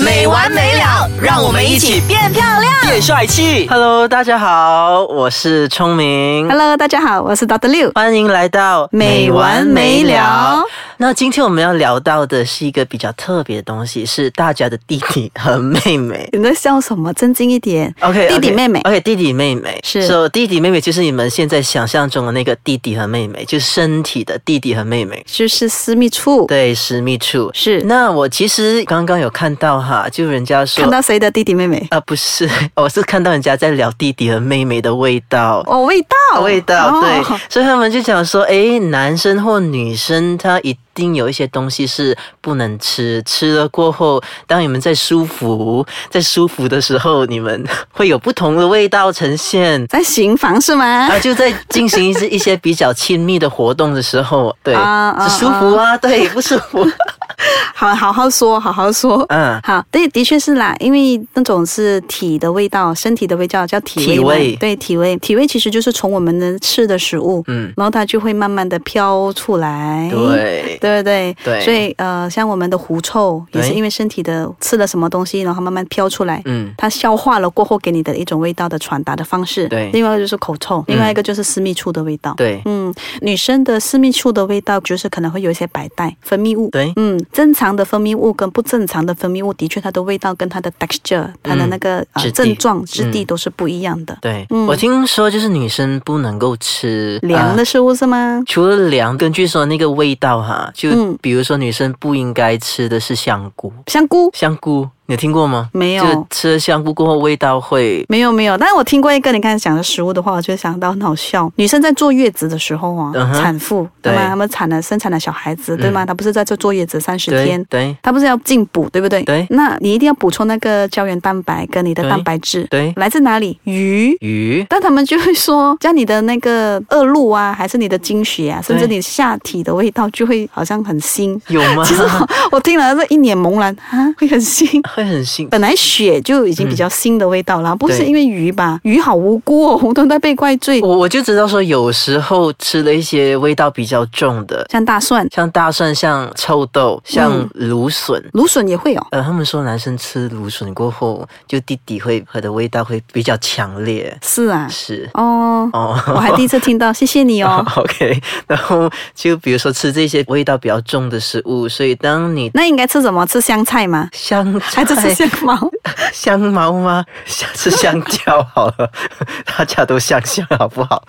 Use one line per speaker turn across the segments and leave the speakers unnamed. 没完没了，让我们一起变漂亮。
变帅气。
Hello，大家好，我是聪明。
Hello，大家好，我是 Dr. Liu。
欢迎来到
美完美了。
那今天我们要聊到的是一个比较特别的东西，是大家的弟弟和妹 妹。
你在笑什么？正经一点。
OK，
弟弟妹妹
OK，弟弟妹妹
是
，so, 弟弟妹妹就是你们现在想象中的那个弟弟和妹妹，就是身体的弟弟和妹妹。
就是私密处。
对，私密处
是
那我其实刚刚有看到哈，就人家说
看到谁的弟弟妹妹？
啊，不是， 我是看到人家在聊弟弟和妹妹的味道。
哦，味道，
味道，对
哦，
所以他们就讲说，诶，男生或女生他一定有一些东西是不能吃，吃了过后，当你们在舒服，在舒服的时候，你们会有不同的味道呈 现。
在行房是吗？
啊，就在进行一些一些比较亲密的活动的时候，对，
啊啊
是舒服啊，对，不舒 服，
好好好说，好好说。
嗯，
好，对，的确是啦，因为那种是体的味道，身体的味道叫体味嘛。
体味
对，体味，体味其实就是从我们的吃的食物，
嗯
然后它就会慢慢的飘出来。。
对，
对不对？
对
所以呃，像我们的狐臭也是
对
因为身体的吃了什么东西，然后慢慢飘出来。
嗯，
它消化了过后给你的一种味道的传达的方式，
对
另外一个就是口臭，另外一个就是私密处的味道，，
对，
嗯，女生的私密处的味道就是可能会有一些白带分泌物，
对
嗯，正常的分泌物跟不正常的分泌物，的确它的味道跟它的 texture，它的那个、
嗯质
呃、
地
症状质地
嗯
都是不一样的。
对，
嗯
我听说就是女生不能够吃
凉
呃
的食物是吗？
除了凉，根据说那个味道哈，就
嗯
比如说女生不应该吃的是香菇，
香菇
香菇你有听过吗？
没有
就吃了香菇过后味道会，
没有没有，但是我听过一个你刚才讲的食物的话，我就想到很好笑。女生在坐月子的时候啊，
嗯哼
产妇对
对嗯
吗？她们产了生产了小孩子对吗？她不是在这坐月子三十
对
天，
对
它不是要进补，对不对？
对
那你一定要补充那个胶原蛋白跟你的
对
蛋白质，
对
来自哪里？鱼。
鱼，
但他们就会说，像你的那个恶露啊，还是你的经血啊，甚至
对
你下体的味道，就会好像 很腥。
有 吗？
其实我我听了这一脸茫然啊，会很腥。
会很腥。
本来血就已经比较腥的味道了，不是
对
因为鱼吧？鱼好无辜哦，我都在被怪罪。
我我就知道说，有时候吃了一些味道比较重的，
像大蒜、
像大蒜、像臭豆、像
嗯
芦笋。
芦笋也会哦。
呃，他们说男生吃芦笋过后，就弟弟会它的味道会比较强烈，
是啊，
是
哦，
哦。
我还第一次听到，谢谢你哦。
OK，然后就比如说吃这些味道比较重的食物，所以当你
那应该吃什么？吃香菜吗？
香菜哦
还是吃香茅？
香茅 吗？香吃香蕉好了， 大家都香香好不好？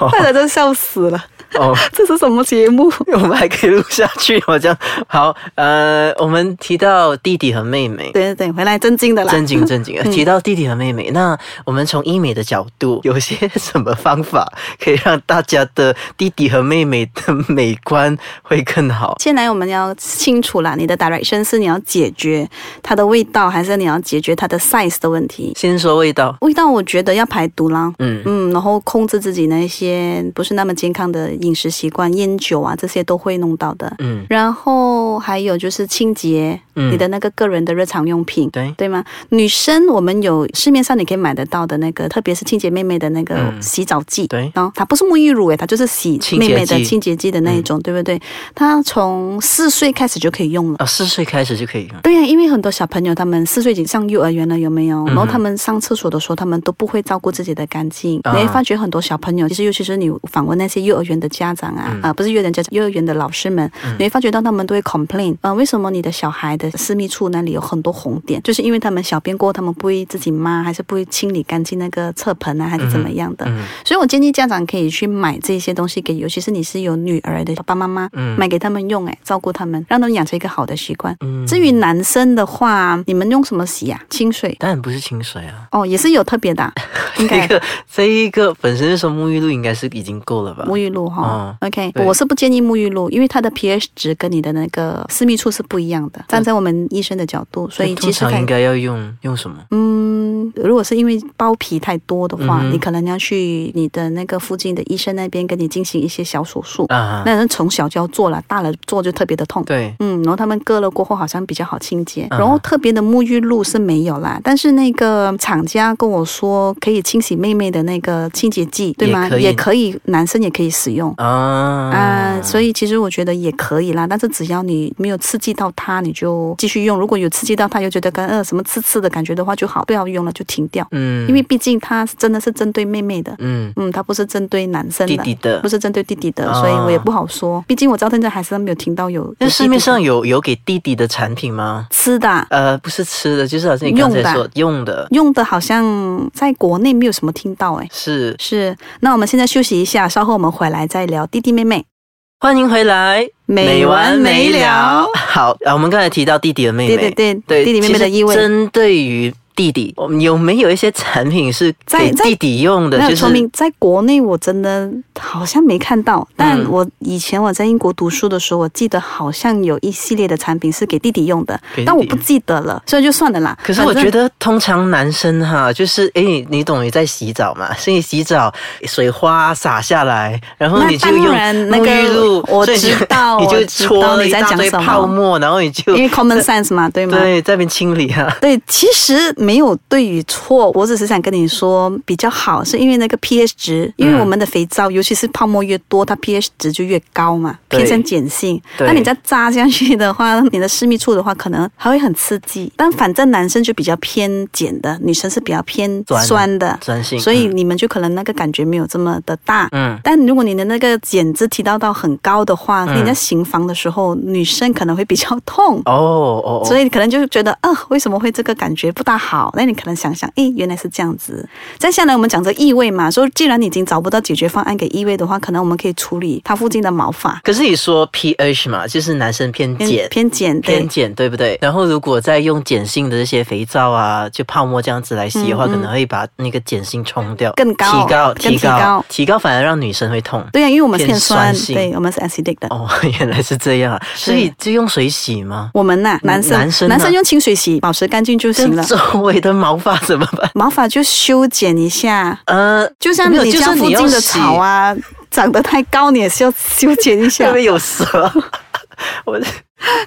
哦
大家都笑死了，
哦，
这是什么节目？
我们还可以录下去，我这样好。呃，我们提到弟弟和妹妹。
对对对，回来正嗯经的啦。
正经正经，提到弟弟和妹妹，那我们从医美的角度，有些什么方法可以让大家的弟弟和妹妹的美观会更好？
先来，我们要清楚啦，你的 direction 是你要解决它的味道，还是你要解决它的 size 的问题？
先说味道，
味道我觉得要排毒啦，
嗯
嗯，然后控制自己那些不是那么健康的饮食习惯，烟酒啊这些都会弄到的。
嗯，
然后还有就是清洁，
嗯
你的那个个人的日常用品，
对
对吗？女生我们有市面上你可以买得到的那个，特别是清洁妹妹的那个
嗯
洗澡剂，
对
然后它不是沐浴乳诶，欸它就是洗
清洁
妹
剂嗯
妹的清洁剂的那一种，对不对？它从四岁开始就可以用了。
啊，四岁开始就可以用。
对呀、因为很多小朋友他们四岁已经上幼儿园了，有没有？然后
嗯
他们上厕所的时候，他们都不会照顾自己的干净。
啊
你会发觉很多小朋友，其实尤其是你访问那些幼儿园的家长啊，啊、
嗯
不是幼儿园家长，幼儿园的老师们，你会发觉到他们都会 complain，啊、为什么你的小孩的私密处那里有很多红点？就是因为他们小便过后，他们不会自己抹，还是不会清理干净那个侧盆啊，还是怎么样的？
嗯
所以我建议家长可以去买这些东西给，尤其是你是有女儿的爸爸妈妈，
嗯
买给他们用，哎，照顾他们，让他们养成一个好的习惯。
嗯
至于男生的话，你们用什么洗呀、清水
当然不是清水啊，
哦，也是有特别 的啊、应
这
该
个这一个本身是说沐浴露应该是已经够了吧？
沐浴露哈
哦。
OK，
对
我是不建议沐浴露，因为它的 pH 值跟你的那个私密处是不一样的。站在我我们医生的角度，所以
通
其实
常
该
应该要用用什么？
嗯，如果是因为包皮太多的话，
嗯哼
你可能要去你的那个附近的医生那边跟你进行一些小手术。
啊，
那人从小就要做了，大了做就特别的痛。
对，
嗯，然后他们割了过后好像比较好清洁，
嗯
然后特别的沐浴露是没有啦，但是那个厂家跟我说可以清洗妹妹的那个清洁剂，对吗？
也可以
男生也可以使用。
啊
啊、
啊
所以其实我觉得也可以啦，但是只要你没有刺激到它，你就继续用。如果有刺激到它，又觉得跟呃什么刺刺的感觉的话，就好，不要用了就停掉。
嗯，
因为毕竟它真的是针对妹妹的，
嗯
嗯，它不是针对男生的，
弟弟的
不，是针对弟弟的，
啊
所以我也不好说。毕竟我到现在还是没有听到有。
那
有
市
弟弟
面
的
上有有给弟弟的产品吗？
吃的啊、
呃，不是吃的，就是好像你刚才
用的啊
说用的，
用的，好像在国内没有什么听到哎、
是
是，那我们现在休息一下，稍后我们回来再聊弟弟妹妹。
欢迎回来，
没完没了。
好，啊，我们刚才提到弟弟的妹妹，
对对对
对
弟弟妹妹
其
的
实
意味
针对于弟弟，我们有没有一些产品是
在
给
在
弟弟用的？
没有
就
聪明
是，
在国内我真的好像没看到，
嗯
但我以前我在英国读书的时候，我记得好像有一系列的产品是给弟弟用的，
给弟弟
但我不记得了，所以就算了啦。
可是我
反正
觉得通常男生哈，就是诶，你懂你在洗澡嘛，所以洗澡水花洒下来，然后
那
你就
当
用
然那
沐
个
浴露，
我
所以你就
知道
你
我
就
知道
搓了
你
一
在
大
讲
堆
什么
泡沫，然后你就
因为 common sense 嘛，对 吗？
对在那边清理啊。
对，其实没有对与错，我只是想跟你说比较好，是因为那个 pH 值，因
嗯
为我们的肥皂，尤其是泡沫越多，它 pH 值就越高嘛，
对
偏向碱性。
对
那你再扎下去的话，你的私密处的话，可能还会很刺激。但反正男生就比较偏碱的，女生是比较偏
酸
酸的，
专心，
所以你们就可能那个感觉没有这么的大。
嗯
但如果你的那个碱值提到到很高的话，
嗯
你在行房的时候，女生可能会比较痛。
哦哦，哦
所以可能就觉得，呃，为什么会这个感觉不大好？那你可能想想，诶，原来是这样子。再下来，我们讲这异味嘛，说既然你已经找不到解决方案给异味的话，可能我们可以处理它附近的毛发，
可是你说 pH 嘛，就是男生偏碱
偏。偏碱，对
偏碱对不对？然后如果再用碱性的这些肥皂啊，就泡沫这样子来洗的话，
嗯嗯
可能会把那个碱性冲掉，
更高
提高，
更
提
提高
高，提高，反而让女生会痛。
对呀、因为我们是
偏
偏酸，
酸性
对，我们是 acidic 的。
哦， 原来是这样啊！所以就用水洗吗？
我们呐、男生
男生啊
用清水洗，保持干净就行
这
了。
周围的毛发怎么办？
毛发就修剪一下，
呃，
就像
没有
你
就是
家附
你要
近的
洗
草啊，长得太高，你也是要 修剪一
会
下
不。会有蛇？ 我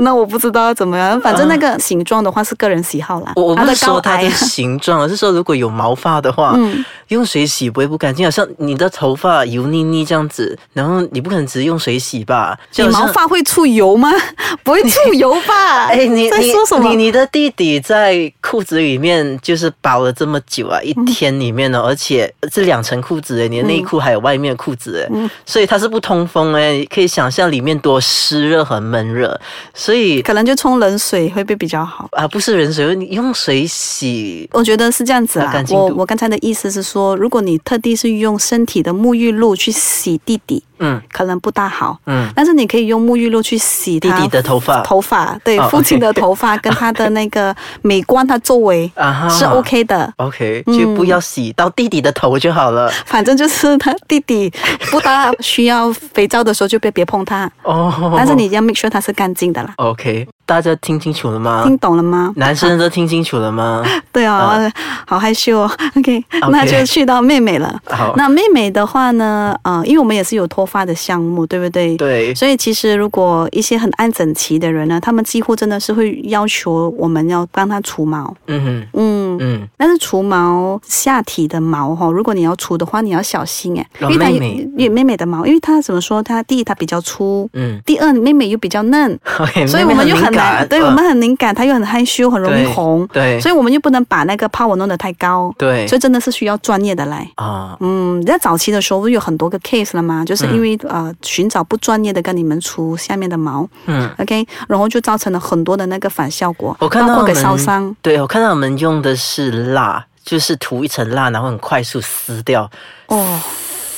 那我不知道怎么样，反正那个形状的话是个人喜好啦。
嗯我我
它
不
的
是
高
说它
矮
的
啊
形状， 而是说如果有毛发的话，
嗯
用水洗不会不干净，好像你的头发油腻腻这样子，然后你不可能只是用水洗吧？就
你
好像
毛发会出油吗？ 不会出油吧？
哎，你
在
你
说什么
你？你的弟弟在裤子里面就是包了这么久啊，一天里面呢、而且是两层裤子哎，你的内裤还有外面的裤子哎、
嗯
所以它是不通风哎，你可以想象里面多湿热和闷热，所以
可能就冲冷水会不会比较好？
啊不是人水，你用水洗
我觉得是这样子
那
啦
干。净度
我我刚才的意思是说，如果你特地是用身体的沐浴露去洗弟弟，
嗯
可能不大好。
嗯
但是你可以用沐浴露去洗
弟
他
弟的头发
头发对
哦
父亲的头发 跟他的那个美观，他周围
啊哈
是 OK 的。
OK
嗯
就不要洗到弟弟的头就好了、
反正就是他弟弟不大需要肥皂的时候就别别碰他，
哦。
但是你要 make sure 它是干净的啦。
OK，大家听清楚了吗？
听懂了吗？
男生都听清楚了 吗？
对哦，好害羞哦。OK，那 就去到妹妹 了。
好
那妹妹的话呢，呃，因为我们也是有脱发的项目，对不对？。
对，
所以其实如果一些很按整齐的人呢，他们几乎真的是会要求我们要帮他除毛。
嗯哼，
嗯。
嗯，
但是除毛下体的毛哈、哦，如果你要除的话，你要小心哎，因
老
为它
妹
有
妹
有妹妹的毛，因为它怎么说，它第一它比较粗，
嗯
第二妹妹又比较嫩，
，OK，
所以我们又哎很难，对我们很敏感，嗯她又很害羞，很容易红，
嗯对，
所以我们又不能把那个 power 弄得太高，
对
所以真的是需要专业的来。
啊，
嗯，在早期的时候有很多个 case 了嘛，就是
嗯
因为、呃寻找不专业的跟你们除下面的毛
嗯，
，OK，然后就造成了很多的那个反效果，
我看
包
到
括
我
给烧
们
伤。
对我看到我们用的是蜡，就是涂一层蜡，然后很快速撕掉，
哦，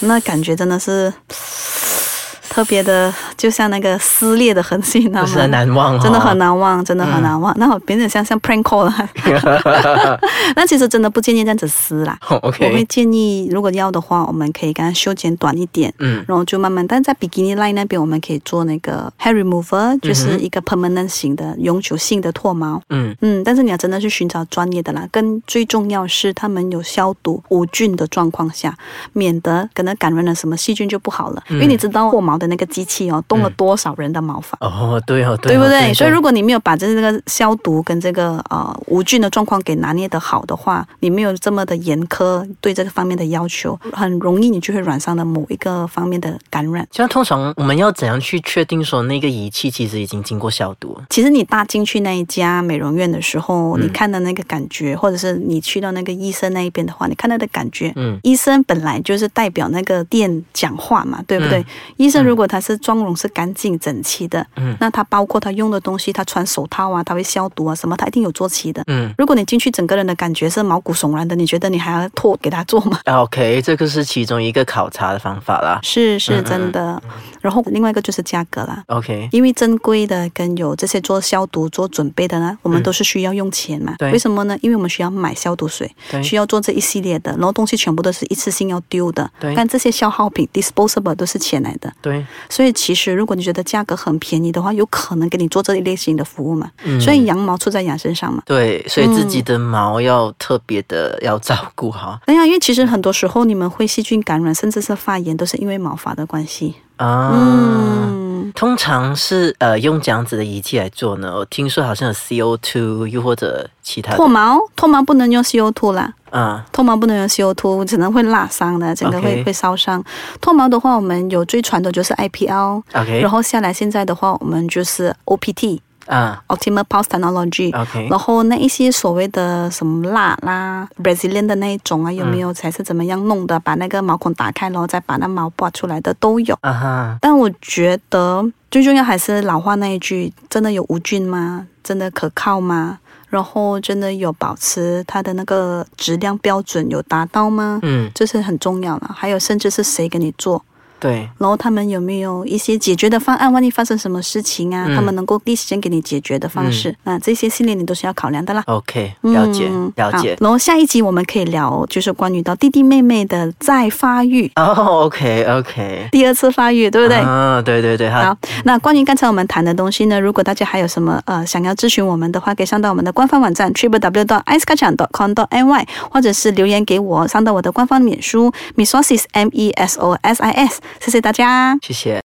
那感觉真的是特特别的，就像那个撕裂的痕迹那
不是很
么。
难忘、哦，嗯
真的很。难忘，真的很难忘。那我变成像像 prank call 了， 那其实真的不建议这样子撕啦。我 会
OK，
建议，如果要的话，我们可以给它修剪短一点，
嗯
然后就慢慢。但在 bikini line 那边，我们可以做那个 hair remover，就是一个 permanent 型的、永久性的脱毛。
嗯
嗯，但是你要真的去寻找专业的啦，跟最重要是他们有消毒无菌的状况下，免得可能感染了什么细菌就不好
嗯
了。因为你知道脱毛的那个机器哦，动了多少人的毛发。
哦，对哦，对
对
哦
不对？
对
所以如果你没有把这个消毒跟这个呃无菌的状况给拿捏得好的话，你没有这么的严苛对这个方面的要求，很容易你就会染上了某一个方面的感染。
像通常我们要怎样去确定说那个仪器其实已经经过消毒？
其实你搭进去那一家美容院的时候，
嗯
你看的那个感觉，或者是你去到那个医生那一边的话，你看到的感觉，
嗯
医生本来就是代表那个店讲话嘛，对不对？
嗯
医生如果他是妆容是干净整齐的，
嗯
那他包括他用的东西，他穿手套啊，他会消毒啊，什么他一定有做齐的。
嗯
如果你进去整个人的感觉是毛骨悚然的，你觉得你还要托给他做吗？
啊，OK，这个是其中一个考察的方法啦。
是是真的。然后另外一个就是价格啦。
OK，
因为正规的跟有这些做消毒、做准备的呢，我们都是需要用钱嘛。
嗯对
为什么呢？因为我们需要买消毒水，
对
需要做这一系列的，然后东西全部都是一次性要丢的
对。
但这些消耗品 （disposable） 都是钱来的，
对，
所以其实如果你觉得价格很便宜的话，有可能给你做这一类型的服务嘛。
嗯
所以羊毛出在羊身上嘛。
对，所以自
嗯
己的毛要特别的要照顾好
哎呀，因为其实很多时候你们会细菌感染，甚至是发炎，都是因为毛发的关系。
啊。
嗯，
通常是呃用这样子的仪器来做呢，我听说好像有 CO2，又或者其他
脱
的，
毛，脱毛不能用 CO2 啦。
啊，
脱毛不能用 CO2，只能会拉伤的，整个会
OK
会烧伤。脱毛的话，我们有最传的就是 IPL，、
OK
然后下来现在的话，我们就是 OPT。
啊
Optimal Pulse Technology，、
OK
然后那一些所谓的什么蜡啦、Brazilian 的那一种啊，有
嗯
没有才是怎么样弄的？把那个毛孔打开，然后再把那毛拔出来的都有。
啊哈，
但我觉得最重要还是老话那一句：真的有无菌吗？真的可靠吗？然后真的有保持它的那个质量标准有达到吗？
嗯，
这是很重要的。还有，甚至是谁给你做，
对，
然后他们有没有一些解决的方案？万一发生什么事情啊，
嗯
他们能够第一时间给你解决的方式，那这些系列你都是要考量的啦。
OK，了哦解、
嗯
了
好
解。
然后下一集我们可以聊，就是关于到弟弟妹妹的再发育，
哦、o k OK，
第二次发育，对不对？
啊，对对对，好
好，那关于刚才我们谈的东西呢，如果大家还有什么呃想要咨询我们的话，可以上到我们的官方网站 triple w dot i c e k a c h a n dot com dot ny，或者是留言给我，上到我的官方脸书 m e s o s i s m e s o s i s，谢谢大家。
谢谢。